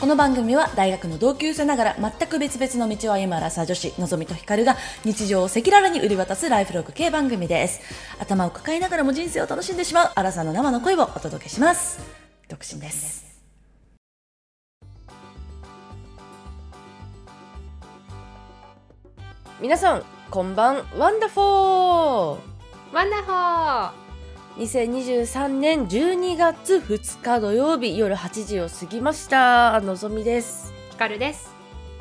この番組は大学の同級生ながら全く別々の道を歩むアラサー女子のぞみとひかるが日常を赤裸々に売り渡すライフログ系番組です頭を抱えながらも人生を楽しんでしまうアラサーの生の声をお届けします独身です皆さんこんばんワンダフォーワンダホー2023年12月2日土曜日夜8時を過ぎましたのぞみですヒカルです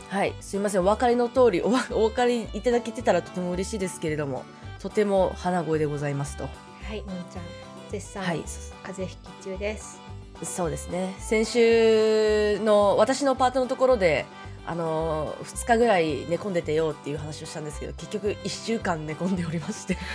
はいすいませんお分かりの通りおわお分かりいただけてたらとても嬉しいですけれどもとても鼻声でございますとはいのんちゃん絶賛、はい風邪ひき中ですそうですね先週の私のパートのところであの2日ぐらい寝込んでてよっていう話をしたんですけど結局1週間寝込んでおりまして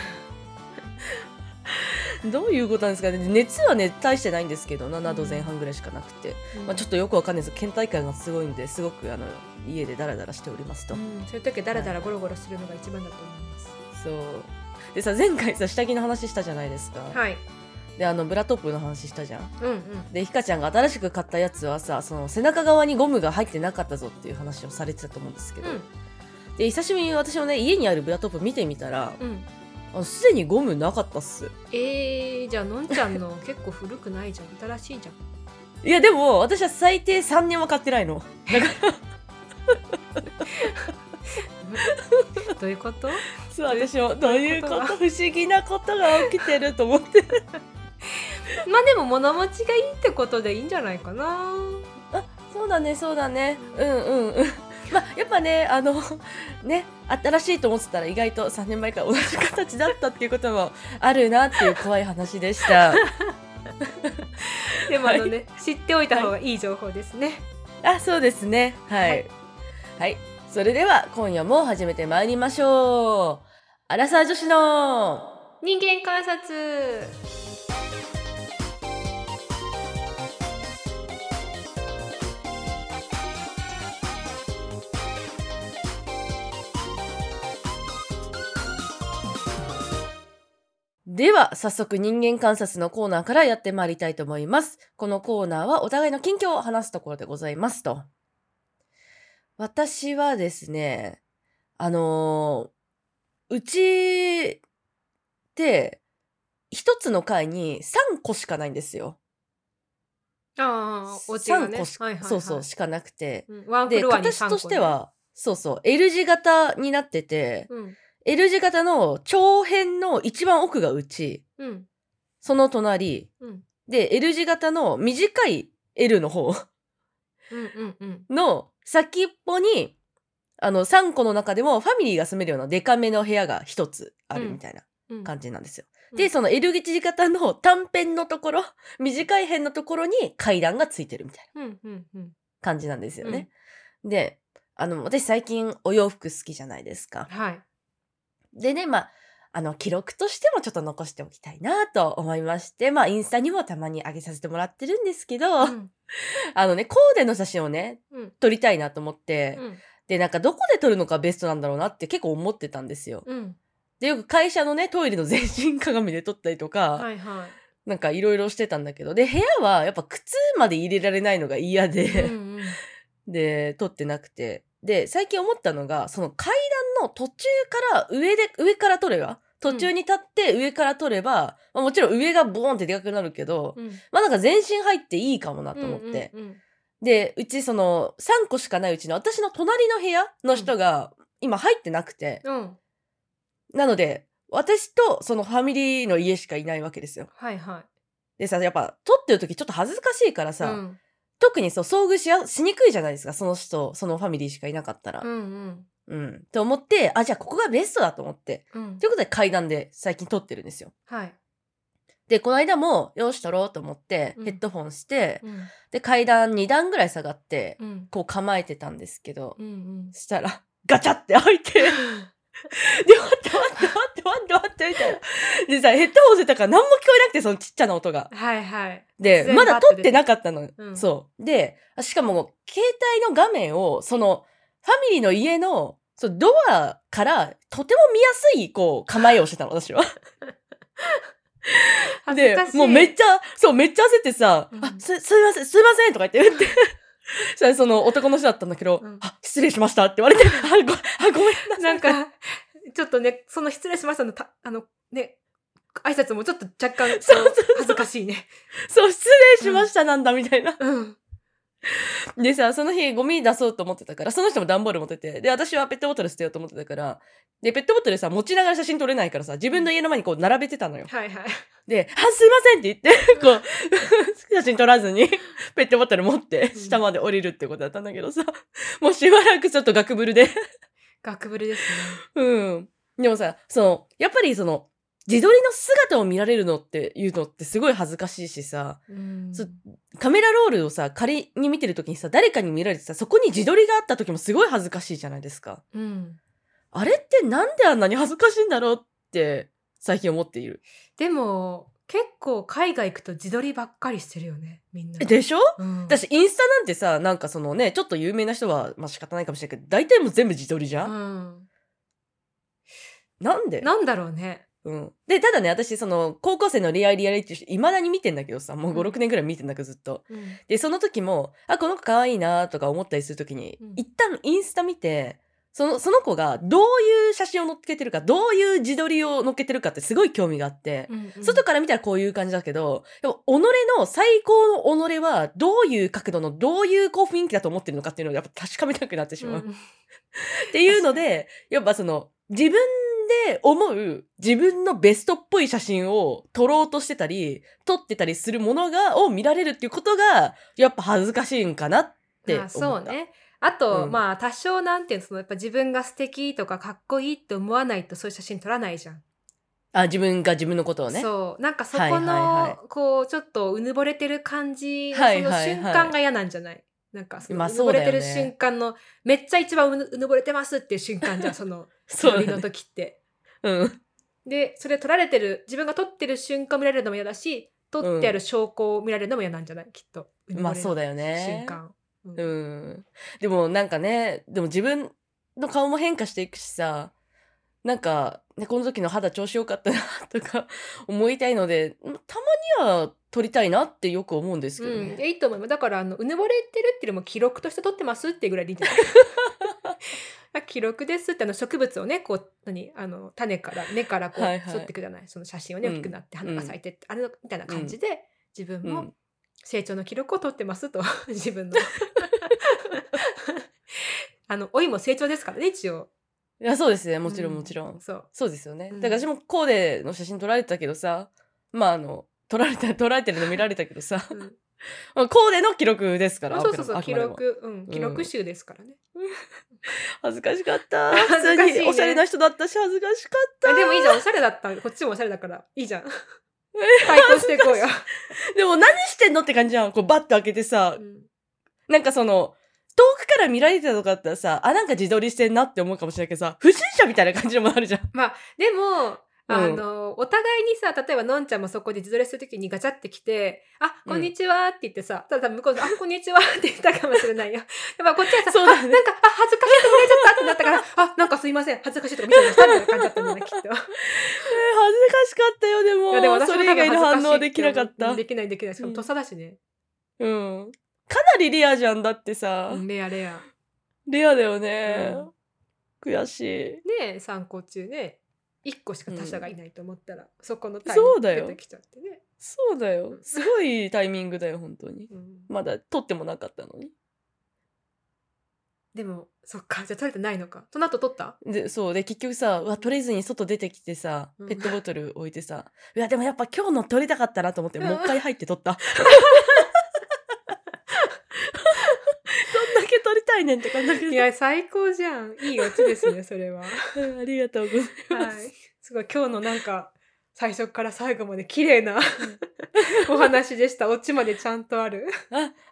どういうことなんですかね熱はね大してないんですけど7度前半ぐらいしかなくて、まあ、ちょっとよくわかんないですけど倦怠感がすごいんですごくあの家でダラダラしておりますと、うんそういう時はダラダラゴロゴロするのが一番だと思いますそうでさ前回さ下着の話したじゃないですか、はいであのブラトップの話したじゃんうんでひかちゃんが新しく買ったやつはさその背中側にゴムが入ってなかったぞっていう話をされてたと思うんですけど、うんで久しぶりに私もね家にあるブラトップ見てみたらうんうんあのすでにゴムなかったっすえー、じゃあのんちゃんの 結構古くないじゃん新しいじゃん いやでも私は最低3年は買ってないのどういうことそう私もどういうことどういう不思議なことが起きてると思って まあでも物持ちがいいってことでいいんじゃないかなそうだねそうだねうんうんうんまあやっぱねあのね新しいと思ってたら意外と3年前から同じ形だったっていうこともあるなっていう怖い話でした。でもあのね、知っておいた方がいい情報ですねあ、そうですね。はい。ははいい。それでは今夜も始めてまいりましょう。アラサー女子の人間観察では、早速人間観察のコーナーからやってまいりたいと思います。このコーナーはお互いの近況を話すところでございますと。私はですね、あのーうちって、一つの回に3個しかないんですよ。ああお家がね3個しか、はいはいはい、そうそう、しかなくて。うんワンフで、ロアに形3個、ね、として、は、そうそう、L 字型になってて、うん、 L 字型の長辺の一番奥がうち、うんその隣、うんで、L 字型の短い L の方うんうんうんの先っぽに、あの、3個の中でもファミリーが住めるようなデカめの部屋が一つあるみたいなうん感じなんですよ。うんで、その L 字型の短辺のところ、短い辺のところに階段がついてるみたいな。うんうんうん感じなんですよね。で、あの、私最近お洋服好きじゃないですか。はいでね、まあ、あの、記録としてもちょっと残しておきたいなと思いまして、まあ、インスタにもたまに上げさせてもらってるんですけど、うん あのね、コーデの写真をね、うん撮りたいなと思って、うんで、なんかどこで撮るのがベストなんだろうなって結構思ってたんですよ。うんで、よく会社のね、トイレの全身鏡で撮ったりとか、はいはなんかいろいろしてたんだけど、で、部屋はやっぱ靴まで入れられないのが嫌で、いうんうんで、撮ってなくて。で、最近思ったのが、その階段の途中から上で、上から撮れば、途中に立って上から撮れば、まあもちろん上がボーンってでかくなるけど、うんまあなんか全身入っていいかもなと思って。うんうんで、うちその3個しかないうちの私の隣の部屋の人が今入ってなくて、うんうんなので、私とそのファミリーの家しかいないわけですよ。はいはいでさ、やっぱ撮ってる時ちょっと恥ずかしいからさ、うん特にそう遭遇しやしにくいじゃないですか、その人、そのファミリーしかいなかったらう。んうん。と思って、あ、じゃあここがベストだと思って。うんうんということで階段で最近撮ってるんですよ。はいで、この間も、よし撮ろうと思ってう、んヘッドホンして、うんで、階段2段ぐらい下がって、うんこう構えてたんですけど、うんうんしたら、ガチャって開いて、で、待って待って待って待って待って、みたいな。でさ、ヘッドホンしてたから何も聞こえなくて、そのちっちゃな音が。はいはいで突、然まだバッ撮てっ出ててなかったの。うんそう。で、しかも、携帯の画面を、その、ファミリーの家の、そのドアから、とても見やすい、こう、構えをしてたの、私は。恥ずでかし、いもうめっちゃ、そう、めっちゃ焦ってさ、うん あ、す、すいません、すいませんとか言って、言って、したらその男の人だったんだけど、うんあ、失礼しましたって言われて、あ、ごあごめんなさい。なんか、ちょっとね、その失礼しましたの、たあの、ね、挨拶もちょっと若干、そうそう恥ずかしいね。そう、失礼しましたなんだ、みたいな。うん。でさ、その日ゴミ出そうと思ってたから、その人も段ボール持ってて、で、私はペットボトル捨てようと思ってたから、で、ペットボトルさ、持ちながら写真撮れないからさ、自分の家の前にこう並べてたのよ。はいはい。で、あ、すいませんって 言って、こう、写真撮らずに、 ペットボトル持って、うん下まで降りるってことだったんだけどさ、もうしばらくちょっとガクブルで。 学ぶれですうん。でもさ、その、やっぱりその、自撮りの姿を見られるのっていうのってすごい恥ずかしいしさ、 ね。うんそカメラロールをさ、仮に見てる時にさ、誰かに見られてさ、そこに自撮りがあった時もすごい恥ずかしいじゃないですか。うん。あれってなんであんなに恥ずかしいんだろうって、最近思っている。でも、結構海外行くと自撮りばっかりしてるよね、みんな。でしょうん、私、インスタなんてさ、なんかそのね、ちょっと有名な人は、まあ仕方ないかもしれないけど、大体もう全部自撮りじゃ、うんん。なんでなんだろうね。うん。で、ただね、私、その、高校生の恋愛リアリティして、未だに見てんだけどさ、もううん5、6年ぐらい見てんだけど、ずっと。うん。で、その時も、あ、この子可愛いなとか思ったりする時に、うん一旦インスタ見て、その、その子がどういう写真を載っけてるか、どういう自撮りを載っけてるかってすごい興味があって、うん外から見たらこういう感じだけど、でも、己の、最高の己は、どういう角度の、どういうこう雰囲気だと思ってるのかっていうのをやっぱ確かめたくなってしまう。うんっていうので、やっぱその、自分で思う自分のベストっぽい写真を撮ろうとしてたり、撮ってたりするものが、を見られるっていうことが、やっぱ恥ずかしいんかなって思まっあた。そう。ね。あと、うんまあ多少なんていうのそのやっぱ自分が素敵とかかっこいいって思わないとそういう写真撮らないじゃん。あ、自分が自分のことをね。そうなんかそはいこはいの、はいこうちょっとうぬぼれてる感じのそはいのはいはい瞬間が嫌なんじゃない、なんかそまあのうぬぼれてるそうだよね瞬間の、めっちゃ一番うぬうぬぼれてますっていう瞬間じゃんそのそう撮だりねの時って。うん。でそれ撮られてる自分が撮ってる瞬間見られるのも嫌だし撮ってある証拠を見られるのも嫌なんじゃない、きっと。うぬぼまあれるそうだよね瞬。間。うんうん。でもなんかね、でも自分の顔も変化していくしさ、なんか、ね、この時の肌調子良かったなとか 思いたいので、んたまには撮りたいなってよく思うんですけどうん、いね。やいいと思いますだからあのうぬぼれてるっていうのも記録として撮ってますっていうぐらいでいいんじゃ ないあ記録ですってあの植物をねこう何あの種から根からこうはいはい取っていくじゃない、その写真をねうん大きくなって花が咲いてって、あれのみたいな感じで、自分うもん成長の記録を取ってますと 自分のあの老いも成長ですからね一応いや、そうですね。もちろんうもちろん。そうそうですよね。うんだから私もコーデの写真撮られてたけどさ、まああの、撮られ た、撮られてるの見られたけどさ、うんまあコーデの記録ですから。まあそうそうそあうく記までも。録、うん、記録集ですからね、恥ずかしかった。普恥ずかしいね通におしゃれな人だったし、恥ずかしかった。あでもいいじゃんおしゃれだったこっちもおしゃれだからいい じゃん対抗していこうよ、でも何してんのって感じじゃん。こうバッと開けてさう、んなんかその、遠くから見られてたとかだったらさ、あ、なんか自撮りしてんなって思うかもしれないけどさ、不審者みたいな感じでもある じゃん。まあでも、あうんのお互いにさ例えばのんちゃんもそこで自撮りする時にガチャってきて「あこんにちは」って言ってさ、ただ多分向こうで「あこんにちは」って言ったかもし れないよ。やっぱこっちはさ「そうだねあなんかあ恥ずかしいと思われちゃった」ってなったから 「あなんかすいません恥ずかしいとか見てました」みたいな感じだったんだねきっと。えー恥ずかしかったよ、でいも。やでも私そもれ多以分外恥ずのかしい反応できなかった。うんうできないできないしかも土佐だしね。ん。かなりレアじゃんだってさ、うんレアレア。レアだよね。うん悔しい。ねえ参考中ね1個しか他者がいないと思ったら、そこのタイそムうだよ出てきちゃってね。そうだよ。すごいタイミングだよ、本当に。うんまだ撮ってもなかったのに。でもそっかじゃあ撮れてないのか。その後撮ったで、そう。で、結局さ、うわ、取れずに外出てきてさう、んペットボトル置いてさ、いや、でもやっぱ今日の取りたかったなと思って、うんもう一回入って取 った。どんだけ取りたいねんって感じだけどいや最高じゃんいいオチですねそれははうんありがとうございます。いすごい今日のなんか最初から最後まで綺麗なお話でしたオチまでちゃんとある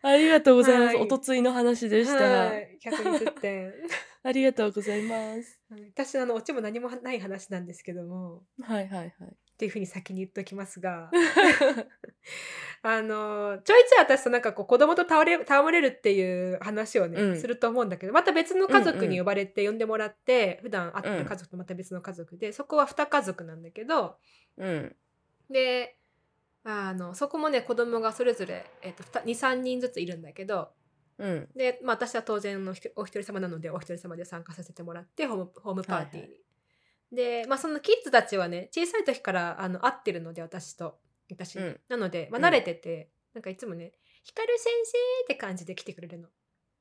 ありがとうございます。はいおとついの話でした。はい120点 ありがとうございます。うん私のあのオチも何もない話なんですけどもはいはいはい。っていうふうに先に言っときま すが あのちょいちょい私となんかこう子供と倒れ戯れるっていう話をね、うんすると思うんだけどまた別の家族うんうにん呼ばれて呼んでもらって、普段会ってる家族とまた別の家族で、そこは2家族なんだけど、うん。であのそこもね子供がそれぞれ、えっと、23人ずついるんだけどうんで、まあ、私は当然のお一人様なのでお一人様で参加させてもらってホームホームパーティーに。はいで、まあ、そのキッズたちはね小さい時からあの会ってるので私と私、うんなので、まあ、うん慣れてて、なんかいつもね「光先生」って感じで来てくれるの。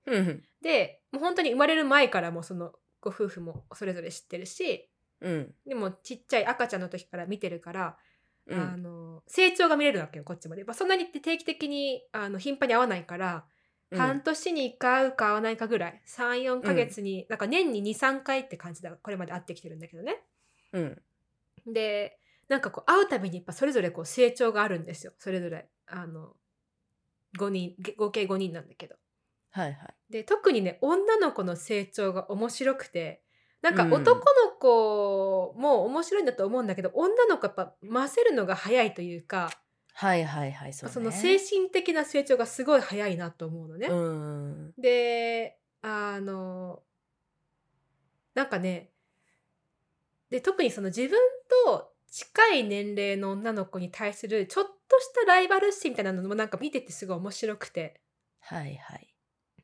うんでもう本当に生まれる前からもうそのご夫婦もそれぞれ知ってるしうんでもちっちゃい赤ちゃんの時から見てるから、うあんの成長が見れるわけよこっちまで、まあ、そんなに定期的にあの頻繁に会わないから、半年に1回会うか会わないかぐらい34ヶ月に、なんか年に23回って感じだこれまで会ってきてるんだけどねうんでなんかこう会うたびにやっぱそれぞれこう成長があるんですよそれぞれあの5人げ合計5人なんだけどはいはいで特にね女の子の成長が面白くてなんかうん男の子も面白いんだと思うんだけど、女の子やっぱ混ぜるのが早いというかはいはいはいそ、そうね、の精神的な成長がすごい早いなと思うのね。うんであのなんかねで特にその自分と近い年齢の女の子に対するちょっとしたライバル視みたいなのもなんか見ててすごい面白くてはいはい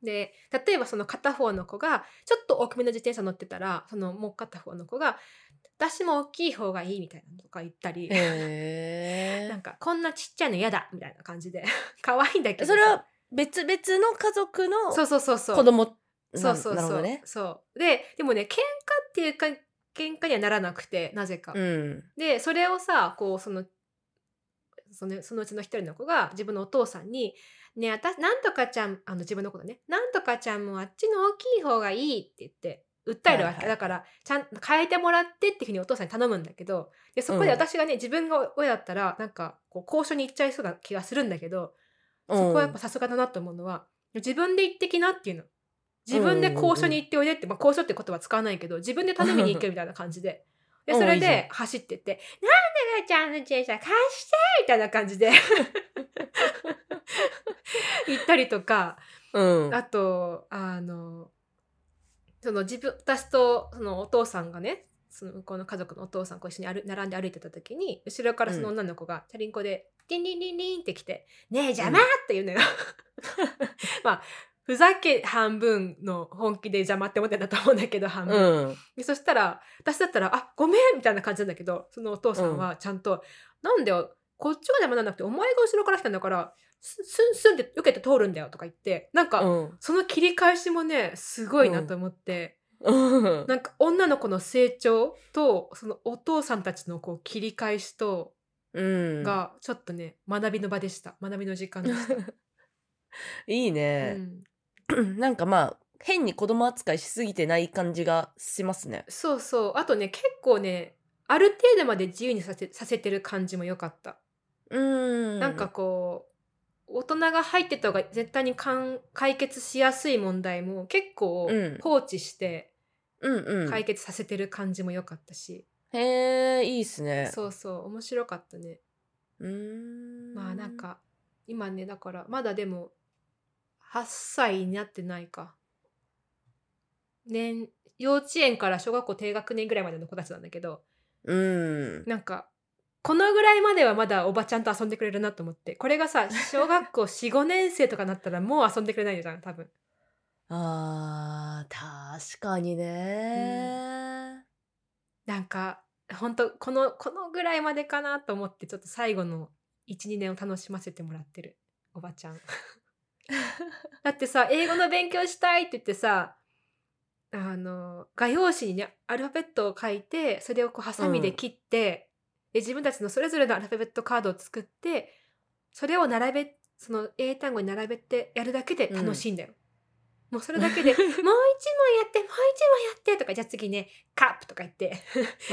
で例えばその片方の子がちょっと大きめの自転車乗ってたらそのもう片方の子が「私も大きい方がいい」みたいなのとか言ったり、へなんか「こんなちっちゃいの嫌だ」みたいな感じで 可愛いんだけえどそれさは別々の家族のそうそうそうそう子供そうそうななるほそどう。ねそうででもね喧嘩っていうか喧嘩にはならなくてなぜか。うんでそれをさこうそのそのそのうちの一人の子が自分のお父さんに「ね私なんとかちゃんあの自分のことねなんとかちゃんもあっちの大きい方がいい」って言って訴えるわはいけ、はいだからちゃん変えてもらってっていうふうにお父さんに頼むんだけどでそこうんで私がね、自分が親だったらなんかこう交渉に行っちゃいそうな気がするんだけど、うんそこはやっぱさすがだなと思うのは自分で行ってきなっていうの自分で交渉に行っておいでって、まあ、交渉って言葉使わないけど自分で頼みに行くみたいな感 じででうんそいれいじゃんで走ってって「なんだかちゃんの自転車貸して!」みたいな感じで 行ったりとかうんあとあのその自分私とそのお父さんがねその向こうの家族のお父さんと一緒に歩並んで歩いてた時に後ろからその女の子がチャリンコで「リンリンリンリン」って来て「ねえ邪魔!」って言うのよ。 まあふざけ半分の本気で邪魔って思ってたと思うんだけど半分、うんでそしたら私だったら「あごめん」みたいな感じなんだけどそのお父さんはちゃんと「なんだよこっちが邪魔なんなくてお前が後ろから来たんだからスンスンって避けて通るんだよ」とか言ってなんか、うんその切り返しもねすごいなと思って、うんなんか女の子の成長とそのお父さんたちのこう切り返しとうんがちょっとね、学びの場でした学びの時間で した、いいうね、ん、 なんかまあ変に子供扱いしすぎてない感じがしますねそうそうあとね結構ねある程度まで自由にさせさせてる感じも良かった、うんなんかこう大人が入ってた方が絶対にかん解決しやすい問題も結構うん放置してうんうん、解決させてる感じも良かったし、へえいいっすねそうそう面白かったねうーんまあなんか今ねだからまだでも8歳になってないか年幼稚園から小学校低学年ぐらいまでの子たちなんだけどうんなんかこのぐらいまではまだおばちゃんと遊んでくれるなと思ってこれがさ小学校45年生とかなったらもう遊んでくれないじゃん多分あー確かにね、なんかほんとこのこのぐらいまでかなと思ってちょっと最後の12年を楽しませてもらってるおばちゃんだってさ英語の勉強したいって言ってさあの画用紙にねアルファベットを書いてそれをこうハサミで切って、で自分たちのそれぞれのアルファベットカードを作ってそれを並べその英単語に並べてやるだけで楽しいんだよ、もうそれだけでもう一問やってもう一問やってとかじゃあ次ねカップとか言って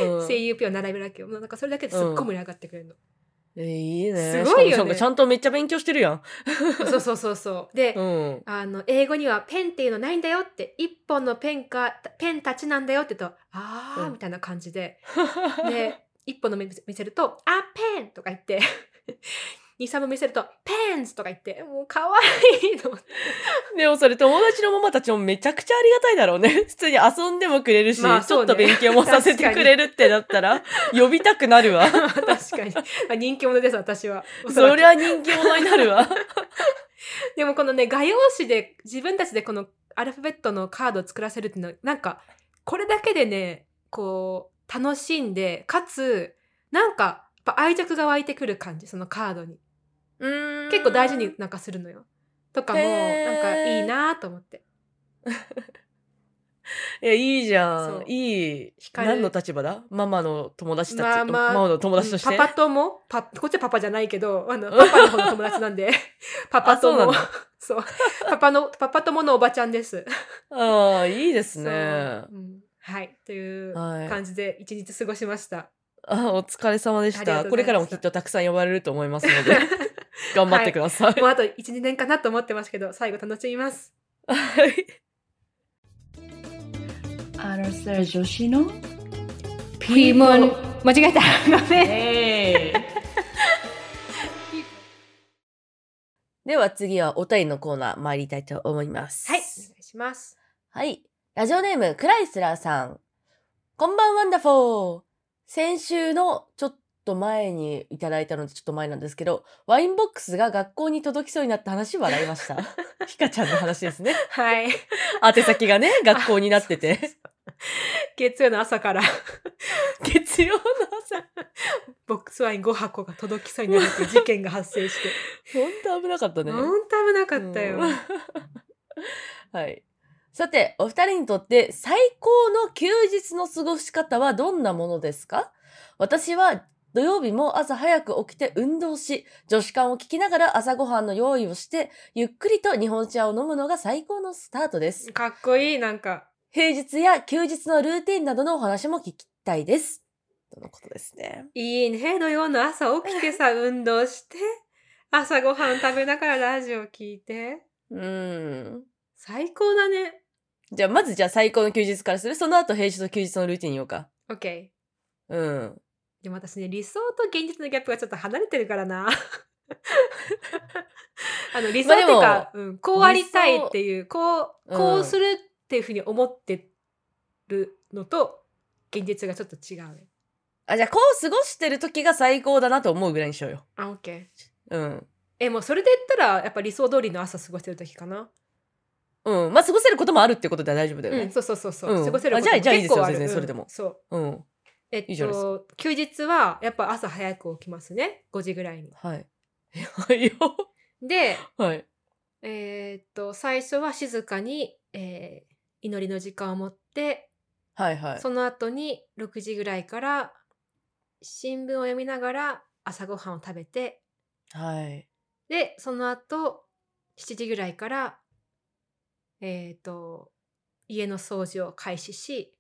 うん声優ピを並べるわけよ。もうなんかそれだけですっごい盛り上がってくれるの。えいいねすごいよねしかもなんかちゃんとめっちゃ勉強してるやん そうそうそうそう。で、うんあの英語にはペンっていうのないんだよって一本のペンかペンたちなんだよって言うとあー、うんみたいな感じで で一本の目見せると「あペン!」とか言って23本見せると「ペンズ!」とか言ってもう可愛いと思 って でもそれ友達のママたちもめちゃくちゃありがたいだろうね 普通に遊んでもくれるし、まあちそょうっねと勉強もさせてくれるってなったら呼びたくなるわ 確かにまあ人気者です私は。 そりゃ人気者になるわでもこのね画用紙で自分たちでこのアルファベットのカードを作らせるっていうのはなんかこれだけでねこう楽しんでかつなんかやっぱ愛着が湧いてくる感じそのカードにうん結構大事になんかするのよとかもへーなんかいいなと思っていやいいじゃそうんいい光る何の立場だママの友達たち、まあまあママの友達として、うんパパ友パこっちはパパじゃないけどあのパパの方の友 達なんでパパあそうな友ん そだうパパのパパ友のおばちゃんですああいいですねそううんはいというはい感じで一日過ごしました、 あお疲れ様でしありがたとうこございれましたからもきっとたくさん呼ばれると思いますの で頑張ってください もうあと12年かなと思ってますけど最後楽しみますはいアラサー女子のピーモン間違えたごめんでは次はお便りのコーナー参りたいと思います。はいお願いしますはい。ラジオネーム、クライスラーさん。こんばんワンダフォー。先週のちょっと前にいただいたのでちょっと前なんですけど、ワインボックスが学校に届きそうになった話笑いま した。ひかちゃんの話ですね。はい宛先がね、学校になってあそうてそ。うそう月曜の朝から 月曜の朝。ボックスワイン5箱が届きそうになるっていう事件が発生してほんと危なかったね。ほんと危なかったよ、うんはい。さて、お二人にとって最高の休日の過ごし方はどんなものですか私は土曜日も朝早く起きて運動し、女子館を聞きながら朝ごはんの用意をして、ゆっくりと日本茶を飲むのが最高のスタートです。かっこいいなんか平日や休日のルーティンなどのお話も聞きたいです。とのことですね。いいね土曜の朝起きてさ運動して朝ごはん食べながらラジオ聞いてうん。最高だねじゃあ、まずじゃあ最高の休日からする。その後平日と休日のルーティン言おうか。 OK うん。でも私ね理想と現実のギャップがちょっと離れてるからな あの理想っていうまか、うん、こうありたいっていうこううんこうするっていうふうに思ってるのと現実がちょっと違うねあ、じゃあ、こう過ごしてる時が最高だなと思うぐらいにしようよ。あ OK うん。えもうそれで言ったらやっぱ理想通りの朝過ごせる時かな、うん。まあ、過ごせることもあるってことでは大丈夫だようん、ね。そうそうそうそう、うん過ごせることもあじゃあじゃあいいですよ結構る全然うんそれでもそううん。えっといいじゃないです休日はやっぱ朝早く起きますね5時ぐらいにはい。はいよ。ではい。えーっと最初は静かに、えー祈りの時間を持って、はいはい。その後に6時ぐらいから新聞を読みながら朝ごはんを食べてはい。でその後7時ぐらいからえーっと家の掃除を開始し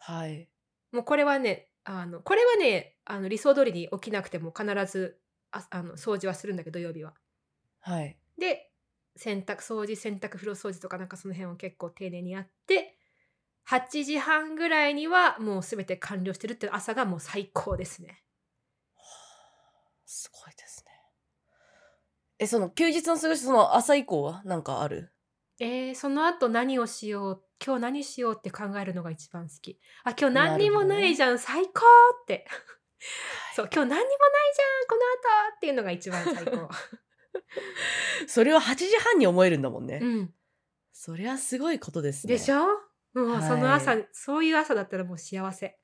はい。もうこれはねあのこれはねあの理想通りに起きなくても必ずああの掃除はするんだけど土曜日は。はい。で洗濯掃除洗濯風呂掃除とかなんかその辺を結構丁寧にやって8時半ぐらいにはもう全て完了してるっていう朝がもう最高ですね。すごいですね。え、その休日の過ごし、その朝以降はなんかあるえーその後何をしよう今日何しようって考えるのが一番好き。あ今日何にもないじゃん、最高って。そう今日何にもないじゃんこの後っていうのが一番最高。それは8時半に思えるんだも んね。うん、そりゃすごいことですね。でしょもう、はいその朝そういう朝だったらもう幸せ。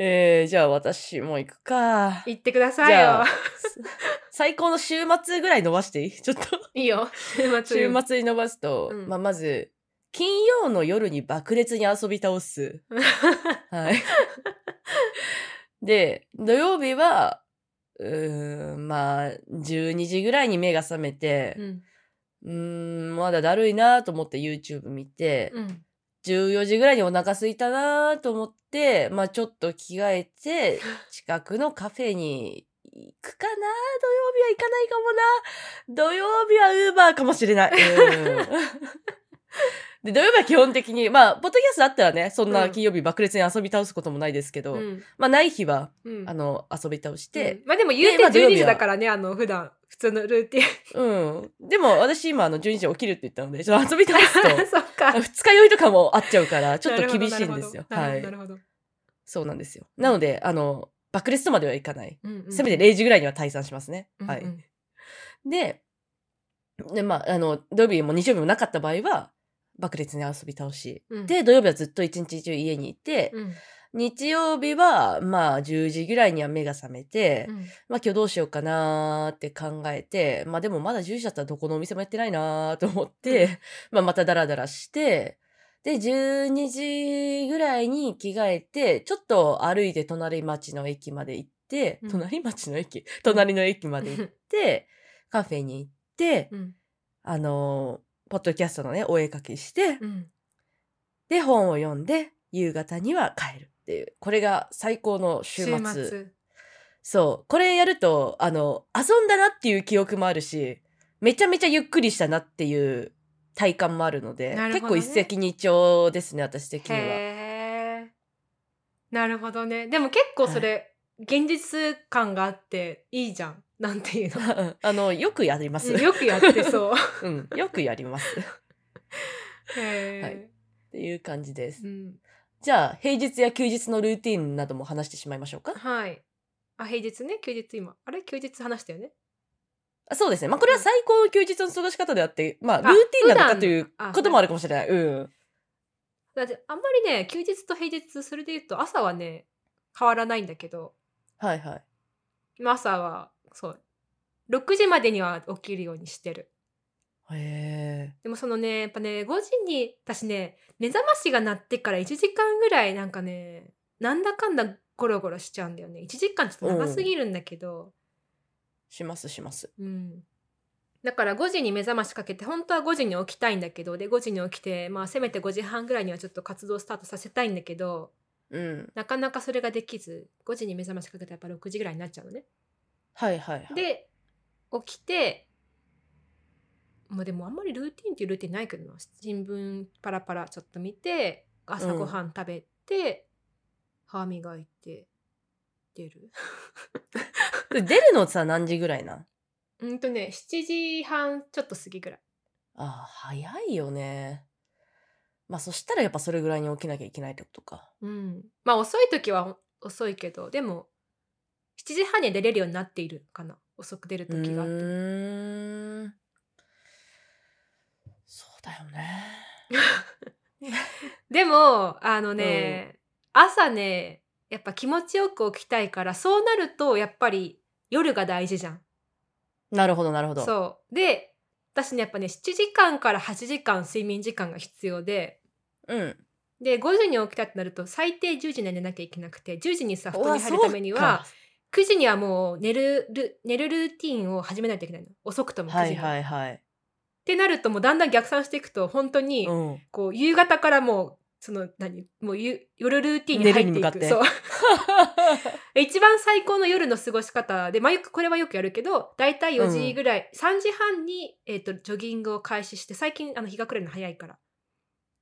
えー、じゃあ私も行くか。行ってくださじいゃよあ。 最高の週末ぐらい伸ばしていいちょっと。いいよ週末週末に伸ばすと、うんまあ、まず金曜の夜に爆裂に遊び倒す。はい、 で土曜日はうーんまあ12時ぐらいに目が覚めて う、んうーんまだだるいなと思って YouTube 見て、うん14時ぐらいにお腹空いたなと思って、まあ、ちょっと着替えて近くのカフェに行くかな土曜日は行かないかもな土曜日はウーバーかもしれない。うん で土曜日は基本的にまあポッドキャストあったらねそんな金曜日爆裂に遊び倒すこともないですけど、うんまあない日はうんあの遊び倒してう、んまあでも言うてまあ土曜12日時はだからねあの普段普通のルーティうん、でも私今あの12時起きるって言ったのでちょっと遊び倒すとン そっか二日酔いとかもあっちゃうからちょっと厳しいんですよ。なはるいほどなるほどなるほどなるほどそうなんですよ。なので、あの、爆裂とまではいかない。うんうんせめて0時ぐらいには退散しますね。うんうんはい。で、で、まあ、あの、土曜日も日曜日もなかった場合は、爆裂に遊び倒し。うんで、土曜日はずっと一日中家にいて、うん日曜日は、まあ、10時ぐらいには目が覚めて、うんまあ今日どうしようかなーって考えて、まあでもまだ10時だったらどこのお店もやってないなーと思って、 まあまたダラダラして、で、12時ぐらいに着替えて、ちょっと歩いて隣町の駅まで行って、うん隣町の駅隣の駅まで行って、カフェに行って、うんあのーポッドキャストのね、お絵かきして、うんで、本を読んで、夕方には帰るっていう。これが最高の週週末。末そう。これやると、あの、遊んだなっていう記憶もあるし、めちゃめちゃゆっくりしたなっていう体感もあるので、なる結ほど構ね一石二鳥ですね、私的には。へえなるほどねでも結構それ、現実感があっていいじゃんなんていうの あの、よくやります。よくやってそ ううん、よくやります。っ へえ、はいていう感じですう。んじゃあ、平日や休日のルーティンなども話してしまいましょうか。はいあ平日ね休日今あれ休日話したよねあそうですね。まあ、これは最高の休日の過ごし方であって、まあ、あルーティンなのかという普段のあこともあるかもしれない。うん。だってあんまりね休日と平日それで言うと朝はね変わらないんだけどはいはい。まあ朝はそう6時までには起きるようにしてるへえ。でもそのねやっぱね5時に私ね目覚ましが鳴ってから1時間ぐらいなんかねなんだかんだゴロゴロしちゃうんだよね1時間ちょっと長すぎるんだけど、しますします。うんだから5時に目覚ましかけて本当は5時に起きたいんだけどで5時に起きてまあせめて5時半ぐらいにはちょっと活動スタートさせたいんだけどうん。なかなかそれができず5時に目覚ましかけたらやっぱ6時ぐらいになっちゃうのね。はいはいはい。で起きてまあでもあんまりルーティンっていうルーティンないけどな新聞パラパラちょっと見て朝ごはん食べて、歯磨いて出る出るのさ何時ぐらいなんうんとね7時半ちょっと過ぎぐらいあ早いよねまあそしたらやっぱそれぐらいに起きなきゃいけないってことかうんまあ遅い時は遅いけどでも7時半には出れるようになっているかな遅く出るう時があってーんそうだよねでもあのね、朝ねやっぱ気持ちよく起きたいからそうなるとやっぱり夜が大事じゃんなるほどなるほどうそうで私ねやっぱね7時間から8時間睡眠時間が必要でんで5時に起きたってなると最低10時には寝なきゃいけなくて10時にさ布う団わに入るためにはそ9時にはもう寝るる寝るルーティンを始めないといけないの遅くとうもかは9時いに、はっいはいてなるともうだんだん逆算していくと本当にうんこう夕方からもうその何もうゆ夜ルーティンに入ってい寝るに向かっくてそう一番最高の夜の過ごし方で、まあ、よくこれはよくやるけどだいたい4時ぐらい、3時半に、えー、とジョギングを開始して最近あの日が暮れるの早いから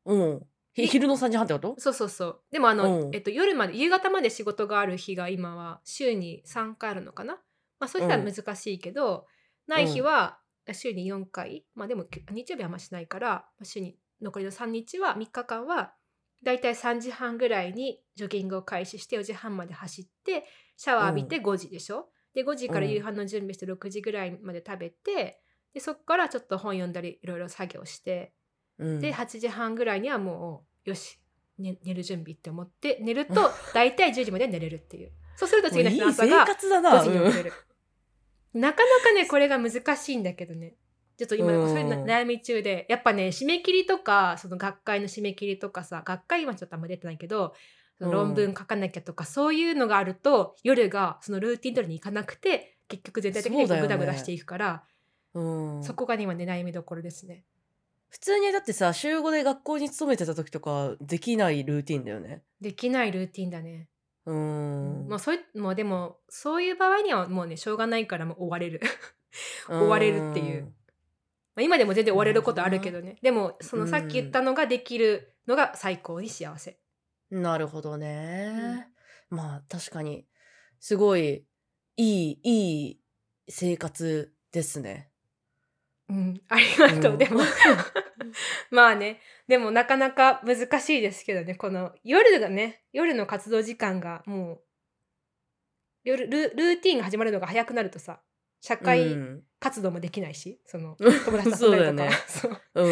うんひ昼の3時半ってことそうそうそうでもあうのん、えっと、夜まで夕方まで仕事がある日が今は週に3回あるのかな、まあ、そういう日はうん難しいけど、ない日は週に4回まあでもき日曜日はあんましないからまあ週に残りの3日は3日間はだいたい3時半ぐらいにジョギングを開始して4時半まで走ってシャワー浴びて5時でしょ、で5時から夕飯の準備して6時ぐらいまで食べてでそこからちょっと本読んだりいろいろ作業してうんで8時半ぐらいにはもうよし、ね、寝る準備って思って寝ると大体10時まで寝れるっていうそうすると次の日の朝もういい生が活だな5時に起きれる、なかなかねこれが難しいんだけどねちょっと今うんそれな悩み中でやっぱね締め切りとかその学会の締め切りとかさ学会今ちょっとあんま出てないけどその論文書かなきゃとか、そういうのがあると夜がそのルーティン通りに行かなくて結局全体的にそうだよグねダグダしていくからうん、そ,、うん、こがね今ね悩みどころですね。普通にだってさ週5で学校に勤めてた時とかできないルーティンだよねできないルーティンだね。うんもうそういもうでもそういう場合にはもうねしょうがないからもう追われる 追われるっていうまあ今でも全然追われることあるけどねでもそのさっき言ったのができるのが最高に幸せ、なるほどね。まあ確かに、すごい、いい、いい生活ですね。うん、ありがとう、うんでも まあねでもなかなか難しいですけどねこの夜がね夜の活動時間がもう夜ルルーティンが始まるのが早くなるとさ社会うん活動もできないし、そのうん友達と そう遊んだだよねりとか。そうう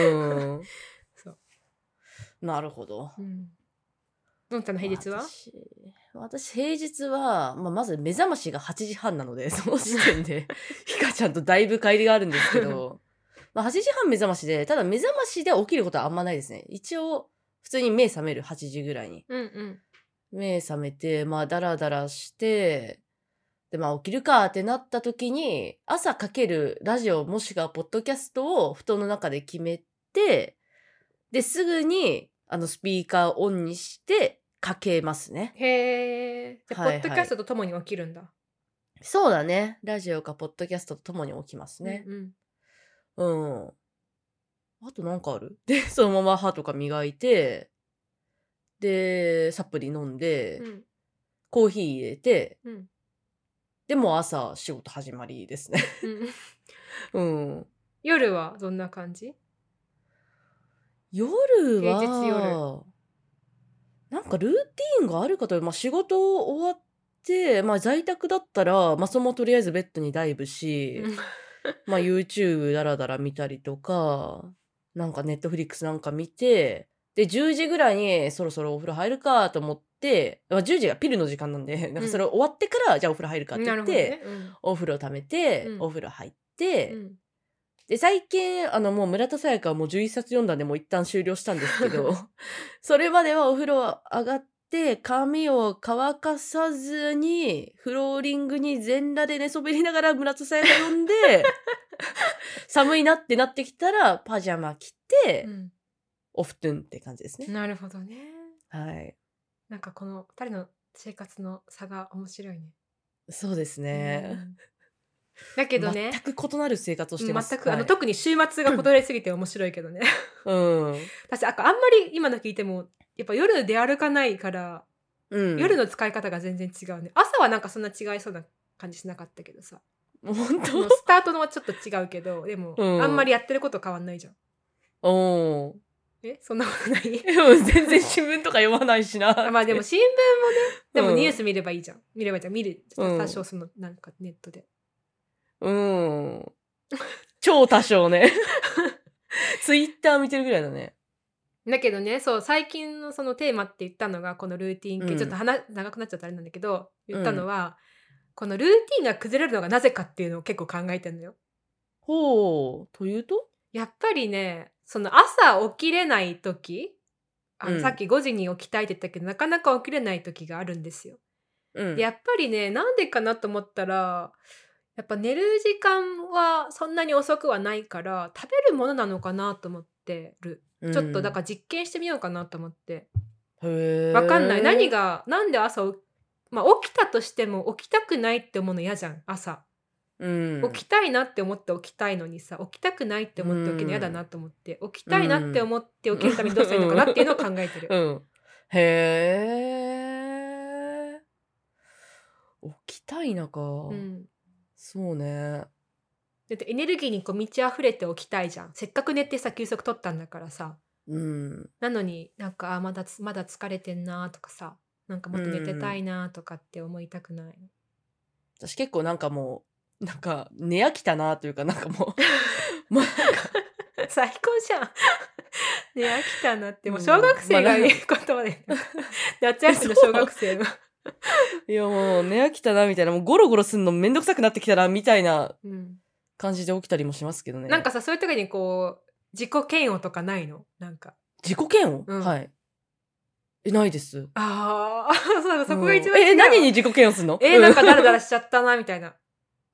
ん そうなるほどうんのんちゃんの平日は私私平日は、まあ、まず目覚ましが8時半なので その時点 でひかちゃんとだいぶ帰りがあるんですけどまあ8時半目覚ましでただ目覚ましで起きることはあんまないですね一応普通に目覚める8時ぐらいにうんうん目覚めてまあダラダラしてでまあ起きるかってなった時に朝かけるラジオもしくはポッドキャストを布団の中で決めてですぐにあのスピーカーをオンにしてかけますね。へえ、じゃあはいはいポッドキャストとともに起きるんだ。そうだね。ラジオかポッドキャストとともに起きますね。うんうんうん。あとなんかある で、そのまま歯とか磨いて、で、サプリ飲んで、うんコーヒー入れて、うんでもう朝仕事始まりですね。うんうん。夜はどんな感じ夜は、平日夜なんかルーティーンがあるかと、まあ仕事終わって、まあ在宅だったら、まあそのとりあえずベッドにダイブし、まあ YouTube だらだら見たりとか、なんか Netflix なんか見て、で、10時ぐらいにそろそろお風呂入るかと思って、まあ、10時がピルの時間なんで、なんかそれ終わってから、じゃあお風呂入るかって言なるっほて、どね。うんお風呂溜めて、うんお風呂入って、うんで、最近、あの、もう村田沙耶香はもう11冊読んだんで、もう一旦終了したんですけ ど、 それまではお風呂上がって、髪を乾かさずに、フローリングに全裸で寝そべりながら村田沙耶香読ん で、寒いなってなってきたら、パジャマ着て、うお布団って感じですねん。なるほどね。はい。なんかこの二人の生活の差が面白いね。そうですね。うんだけどね、全く異なる生活をしてます。全く、あのはい特に週末がこだれすぎて面白いけ どね。うん。私ああんまり今の聞いてもやっぱ夜出歩かないから、うん。夜の使い方が全然違うね。朝はなんかそんな違いそうな感じしなかったけどさ。の、本そのスタートのはちょっと違うけどでも、うんあんまりやってること変わんないじゃん。当うん。えそんなことない でも全然新聞とか読まないしな。あまあでも新聞もねでもニュース見ればいいじゃん、見ればいいじゃん見るうん多少そのなんかネットで、うん。超多少 ね。ツイッター見てるぐらいだね。だけどねそう最近のそのテーマって言ったのがこのルーティンう系、んちょっと話長くなっちゃったあれなんだけど言ったのは、このルーティンが崩れるのがなぜかっていうのを結構考えてるのよ。ほう。というとやっぱりねその朝起きれない時あの、うんさっき5時に起きたいって言ったけどなかなか起きれない時があるんですよ。うんでやっぱりねなんでかなと思ったらやっぱ寝る時間はそんなに遅くはないから食べるものなのかなと思ってるちょっとだから実験してみようかなと思って、ら、へわかんない何が。がなんで朝起きまあ、起きたとしても起きたくないって思うの嫌じゃん朝、うん。起きたいなって思って起きたいのにさ起きたくないって思って起きるの嫌だなと思って、起きたいなって思って起きるためにどうしたらいいのかなっていうのを考えてる、うん。へえ。起きたいなか。うん、そうね。だってエネルギーにこう満ち溢れておきたいじゃんせっかく寝てさ休息取ったんだからさうん。なのになんかあーまだつまだ疲れてんなーとかさなんかもっと寝てたいなーとかって思いたくない、私結構なんかもう、なんか寝飽きたなというか、なんかもう、もうなんか 最高じゃん ね飽きたなってもううん小学生まがあ言うことまで、 夏休みの小学生の、 いやもう寝飽きたなみたいな、もうゴロゴロすんのめんどくさくなってきたなみたいなうん、感じで起きたりもしますけどね。なんかさそういう時にこう自己嫌悪とかないのなんか自己嫌悪、うんはい。え、ないです。ああ そうそこが一う番んえ、何にに自己嫌悪すんのえー、なんかダラダら。ラしちゃったなみたいな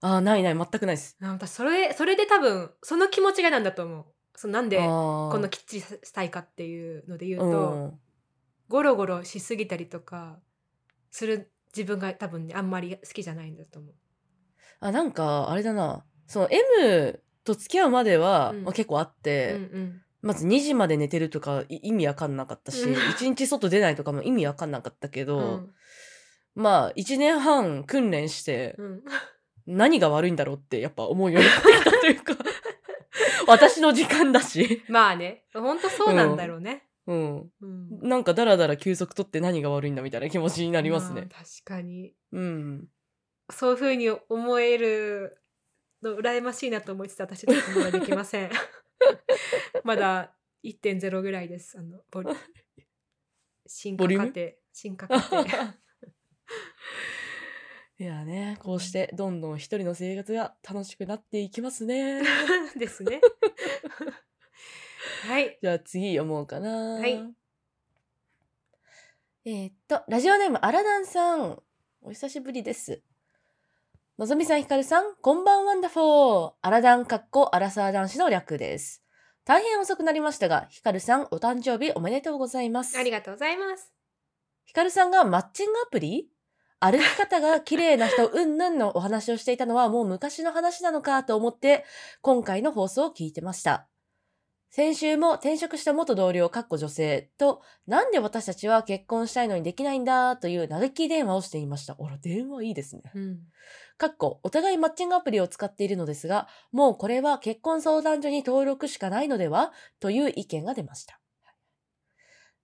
あー、ないない、全くないです。あ私それそれで多分その気持ちがなんだと思うそのなんでここのきっちりしたいかっていうので言ううと、ん。ゴロゴロしすぎたりとかする自分が多分ねあんまり好きじゃないんだと思う。あ、なんか、あれだな。その M と付き合うまでは、うんまあ、結構あっうんて、うんまず2時まで寝てるとかい意味わかんなかったし、 うん1日外出ないとかも意味わかんなかったけうど、んまあ1年半訓練して、うん 何が悪いんだろうってやっぱ思うようになってきたという か私の時間だし、まあね本当そうなんだろうね。うん、うんなんかダラダラ休息取って何が悪いんだみたいな気持ちになりますねあ、確かにうんそういうふうに思えるの羨ましいなと思いつつ私ちょっとまだできま せんまだ1.0ぐらいですあのボリ進化ボリュー過ム程進化 過程いやね、こうしてどんどん一人の生活が楽しくなっていきます ね。ですねはいじゃあ次読もうかな。はい。えーっと、ラジオネームアラダンさん。お久しぶりです。のぞみさん、ひかるさん、こんばんワンダフォー。アラダンかっこアラサー男子の略です。大変遅くなりましたが、ひかるさん、お誕生日おめでとうございますあ。りがとうございますひかるさんがマッチングアプリ歩き方が綺麗な人うんぬんのお話をしていたのはもう昔の話なのかと思って今回の放送を聞いてました。先週も転職した元同僚、かっこ女性と、なんで私たちは結婚したいのにできないんだという嘆き電話をしていました。あら、電話いいですね。うんかっこ、お互いマッチングアプリを使っているのですが、もうこれは結婚相談所に登録しかないのではという意見が出ました。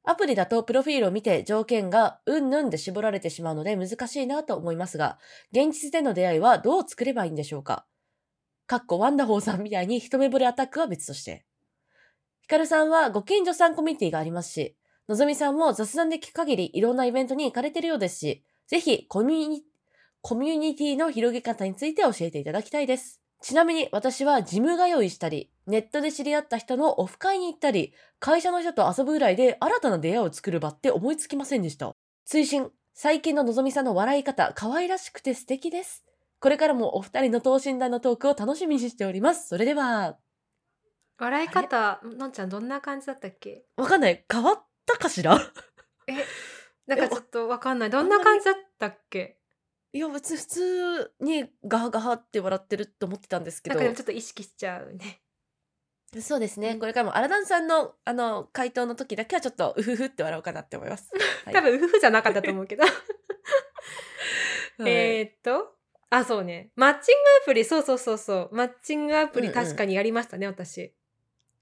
アプリだとプロフィールを見て条件がうんぬんで絞られてしまうので難しいなと思いますが、現実での出会いはどう作ればいいんでしょうかかっこワンダホーさんみたいに一目惚れアタックは別として。ヒカルさんはご近所さんコミュニティがありますし、のぞみさんも雑談で聞く限りいろんなイベントに行かれてるようですし、ぜひコミュニコミュニティの広げ方について教えていただきたいです。ちなみに私はジム通いしたり、ネットで知り合った人のオフ会に行ったり、会社の人と遊ぶぐらいで新たな出会いを作る場って思いつきませんでした。追伸、最近ののぞみさんの笑い方、可愛らしくて素敵です。これからもお二人の等身大のトークを楽しみにしております。それでは、笑い方のんちゃんどんな感じだったっけわかんない。変わったかしらなんかちょっとわかんないどんな感じだったっけいや、別に普通にガハガハって笑ってると思ってたんですけなど。んかでもちょっと意識しちゃうねそうですね、うんこれからもアラダンさんのあの回答の時だけはちょっとうふふって笑おうかなって思います。はい多分夫婦じゃなかったと思うけどはいえーっとあそうねマッチングアプリそうそうそうそうマッチングアプうリんうん確かにやりましたね、私、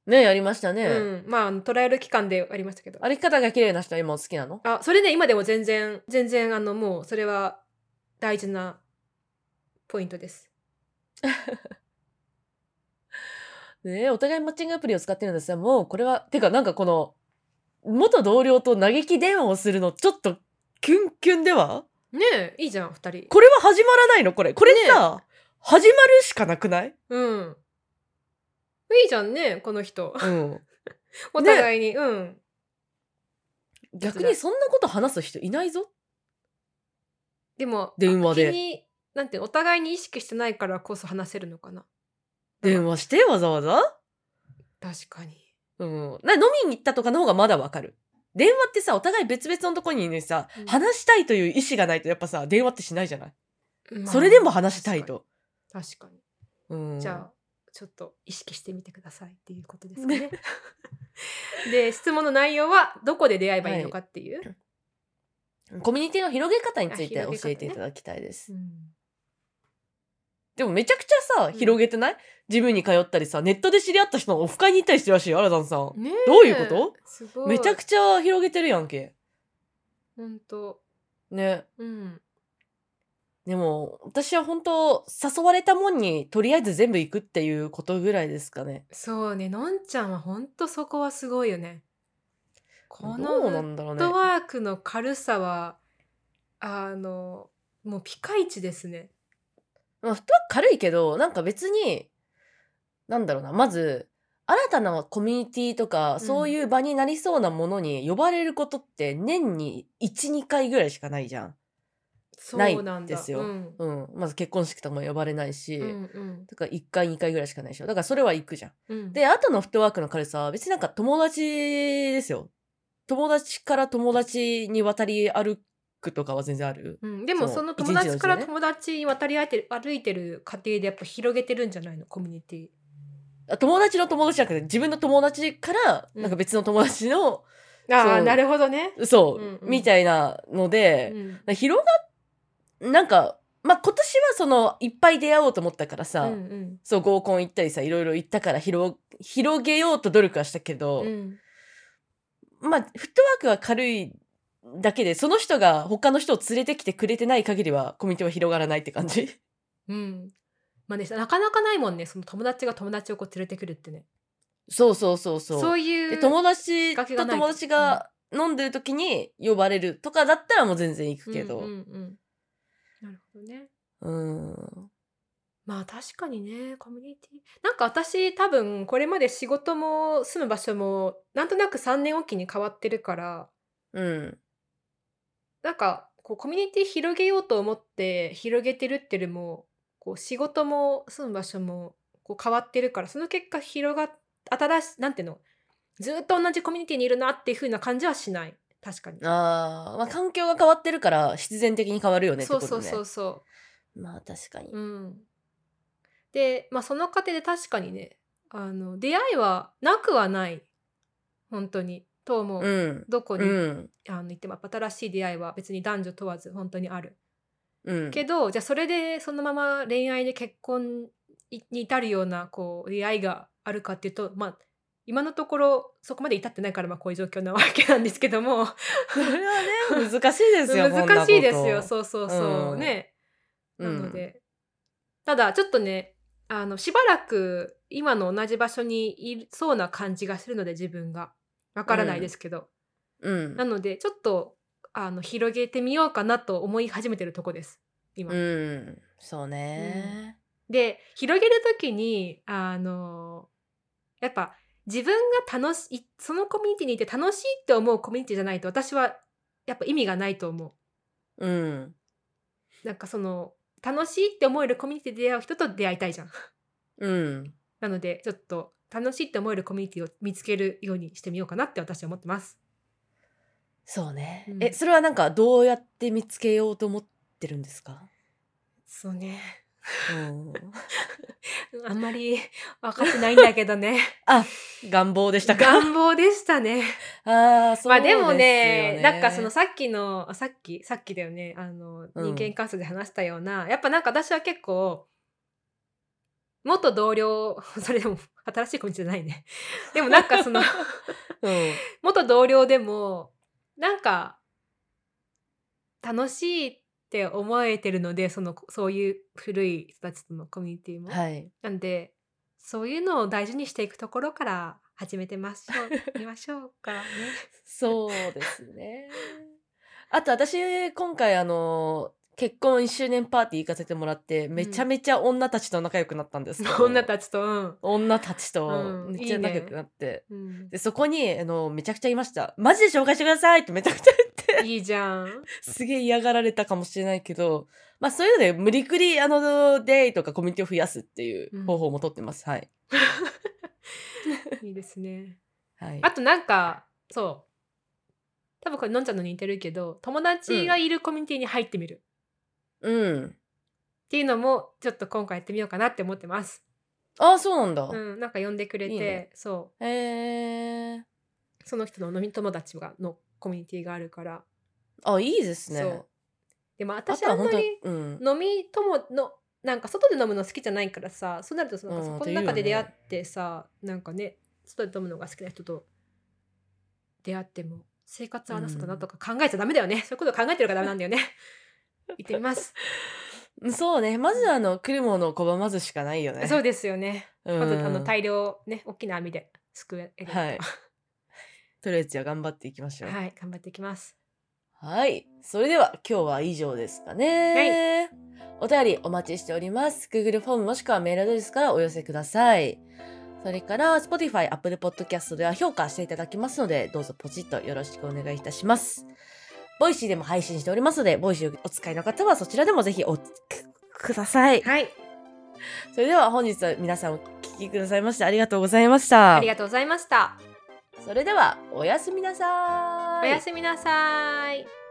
ねやりましたね、うん、まああのトライアル期間でありましたけどあ歩き方が綺麗な人は今お好きなのそれね今でも全然全然あのもうそれは大事なポイントですねお互いマッチングアプリを使ってるんですがもうこれはてかなんかこの元同僚と嘆き電話をするのちょっとキュンキュンではねえいいじゃん二人これは始まらないのこれこれさ、始まるしかなくないうんいいじゃんねこの人うんお互いに、うん 逆にそんなこと話す人いないぞでも電話で気になんていうのお互いに意識してないからこそ話せるのかな電話してわざわざ確かにうん。な飲みに行ったとかの方がまだわかる。電話ってさ、お互い別々のとこにいるのにさ、うん話したいという意思がないとやっぱさ、電話ってしないじゃない、まあそれでも話したいと。確かに確かにうん。じゃあちょっと意識してみてくださいっていうことですかね。 で質問の内容はどこで出会えばいいのかっていう。コミュニティの広げ方についてあ広げ教方ねえていただきたいです。うんでもめちゃくちゃさ、うん広げてない、ジムに通ったりさ、ネットで知り合った人のオフ会に行ったりしてるらしいよ、アラザンさん。ねどういうことすごい。めちゃくちちゃ。ゃ広げてるやんけ。本当。ね。うん。でも、私は本当誘われたもんに、とりあえず全部行くっていうことぐらいですかね。そうね。のんちゃんは本当そこはすごいよね。こどのうフなんだろうッね。トワークの軽さは、あのもうピカイチですね。まあ、フットワーク軽いけど、なんか別に、なんだろうな、まず、新たなコミュニティとか、んそういう場になりそうなものに呼ばれることって年に1、2回ぐらいしかないじゃん。そないうなんだ。ですようん。うん。まず結婚式とかも呼ばれないし、うんうんだから1回、2回ぐらいしかないでしょ。だからそれは行くじゃん。うん。で、あとのフットワークの軽さは別になんか友達ですよ。友達から友達に渡り歩くとかは全然ある。うん、でもそうその一日友のうち達からね友達に渡り歩いてる歩いてる過程でやっぱ広げてるんじゃないのコミュニティあ友達の友達じゃなくて自分の友達から、なんか別の友達のあそあうなるほどね、そう、うんうんみたいなのうで、ん広がなんか、まあ、今年はそのいっぱい出会おうと思ったからうさ、んそう合コン行ったりさいろいろ行ったから広広げようと努力はしたけうど、んうんまあフットワークは軽いだけでその人が他の人を連れてきてくれてない限りはコミュニティは広がらないって感じ。うん真似したなかなかないもんねその友達が友達をこう連れてくるってねそうそうそうそそうういうで友達きっかとけがない友達が飲んでる時に呼ばれるとかだったらもう全然行くけどうんうんうんなるほどねうんまあ確かにねコミュニティなんか私多分これまで仕事も住む場所もなんとなく3年おきに変わってるからうんなんかこうコミュニティ広げようと思って広げてるっていうよりもこう仕事も住む場所もこう変わってるからその結果広がっ新しなんていうのずっと同じコミュニティにいるなっていう風な感じはしない確かに。あー、まあ環境が変わってるから必然的に変わるよねってそこうとそうねそうそまあ確かにう。うん、で、まあ、その過程で確かにねあの出会いはなくはない本当にと思う、うんどこに、うんあの行ってもやっぱ新しい出会いは別に男女問わず本当にある。うんけどじゃあそれでそのまま恋愛で結婚に至るようなこう出会いがあるかっていうとまあ今のところそこまで至ってないからまあこういう状況なわけなんですけどもそれはね難しいですよ 難しいですよそそうそうそう、うんねなうんので、ただちょっとねあのしばらく今の同じ場所にいそうな感じがするので自分がわからないですけど、うんなのでちょっとあの広げてみようかなと思い始めてるとこです今。うんそうねで広げる時にあのやっぱ自分が楽しいそのコミュニティにいて楽しいって思うコミュニティじゃないと私はやっぱ意味がないと思うんうなんかその楽しいって思えるコミュニティで出会う人と出会いたいじゃんうんなのでちょっと楽しいって思えるコミュニティを見つけるようにしてみようかなって私は思ってますそうねうんえそれはなんかどうやって見つけようと思ってるんですかそうね うんあんまり分かってないんだけど ね願望でしたか願望でしたねああ、そうまあでよもねなんかその、さっきのさっきさっきだよねあのうん人間関数で話したような、やっぱなんか私は結構元同僚 それでも新しいコミュニティじゃな いねでもなんかそのうん、元同僚でもなんか楽しいって思えてるのでそのそういう古い人たちとのコミュニティも、はい。なんでそういうのを大事にしていくところから始めてまし ょう見ましょうかね。 そうですね。あと私、今回あの、結婚1周年パーティー行かせてもらって、めちゃめちゃ女たちと仲良くなったんですけど。女たちと、うん女たちとうんめっちゃ仲良くなって。うんでそこにあのめちゃくちゃいました「マジで紹介してください」ってめちゃくちゃ言って いいじゃん。すげえ嫌がられたかもしれないけどまあそういうので無理くりあのデイとかコミュニティを増やすっていう方法もとってます、はい、いいで すね。はい、あとなんか、そう。多分これのんちゃんのに似てるけど、友達がいるコミュニティに入ってみるっうんていうのも、ちょっと今回やってみようかなって思ってます。ああそうなんだ、うん、なんか呼んでくれて、いいねそへえ。う。その人の飲み友達がのコミュニティがあるから。あ、いいですね。そう。でもあ私とはあんま本当にり、うん。飲み友の、なんか外で飲むの好きじゃないからさ、そうなるとそうのんそこの中で出会ってさ、なんかね、外で飲むのが好きな人と出会っても生活はなさだなとか考えちゃダメだよね。そういうこと考えてるからダメなんだ よね。行ってみます。そうね。まずあの、来るものを拒まずしかないよね。そうう。ですよね。ん、まずあの大量ね、大きな網ですくえるとか。 はいとりあえずじゃあ頑張っていきましょう。はい。はい、頑張っていきます。それでは今日は以上ですかね。お便りお待ちしております。Google フォームもしくはメールアドレスからお寄せください。それから、Spotify、Apple Podcast では評価していただきますので、どうぞポチッとよろしくお願いいたします。ボイシーでも配信しておりますので、ボイシーをお使いの方はそちらでもぜひお聞きください。はい、それでは本日は皆さんお聞きくださいましてありがとうございましたあり。がとうございました。それではおやすみなさーい。おやすみなさい。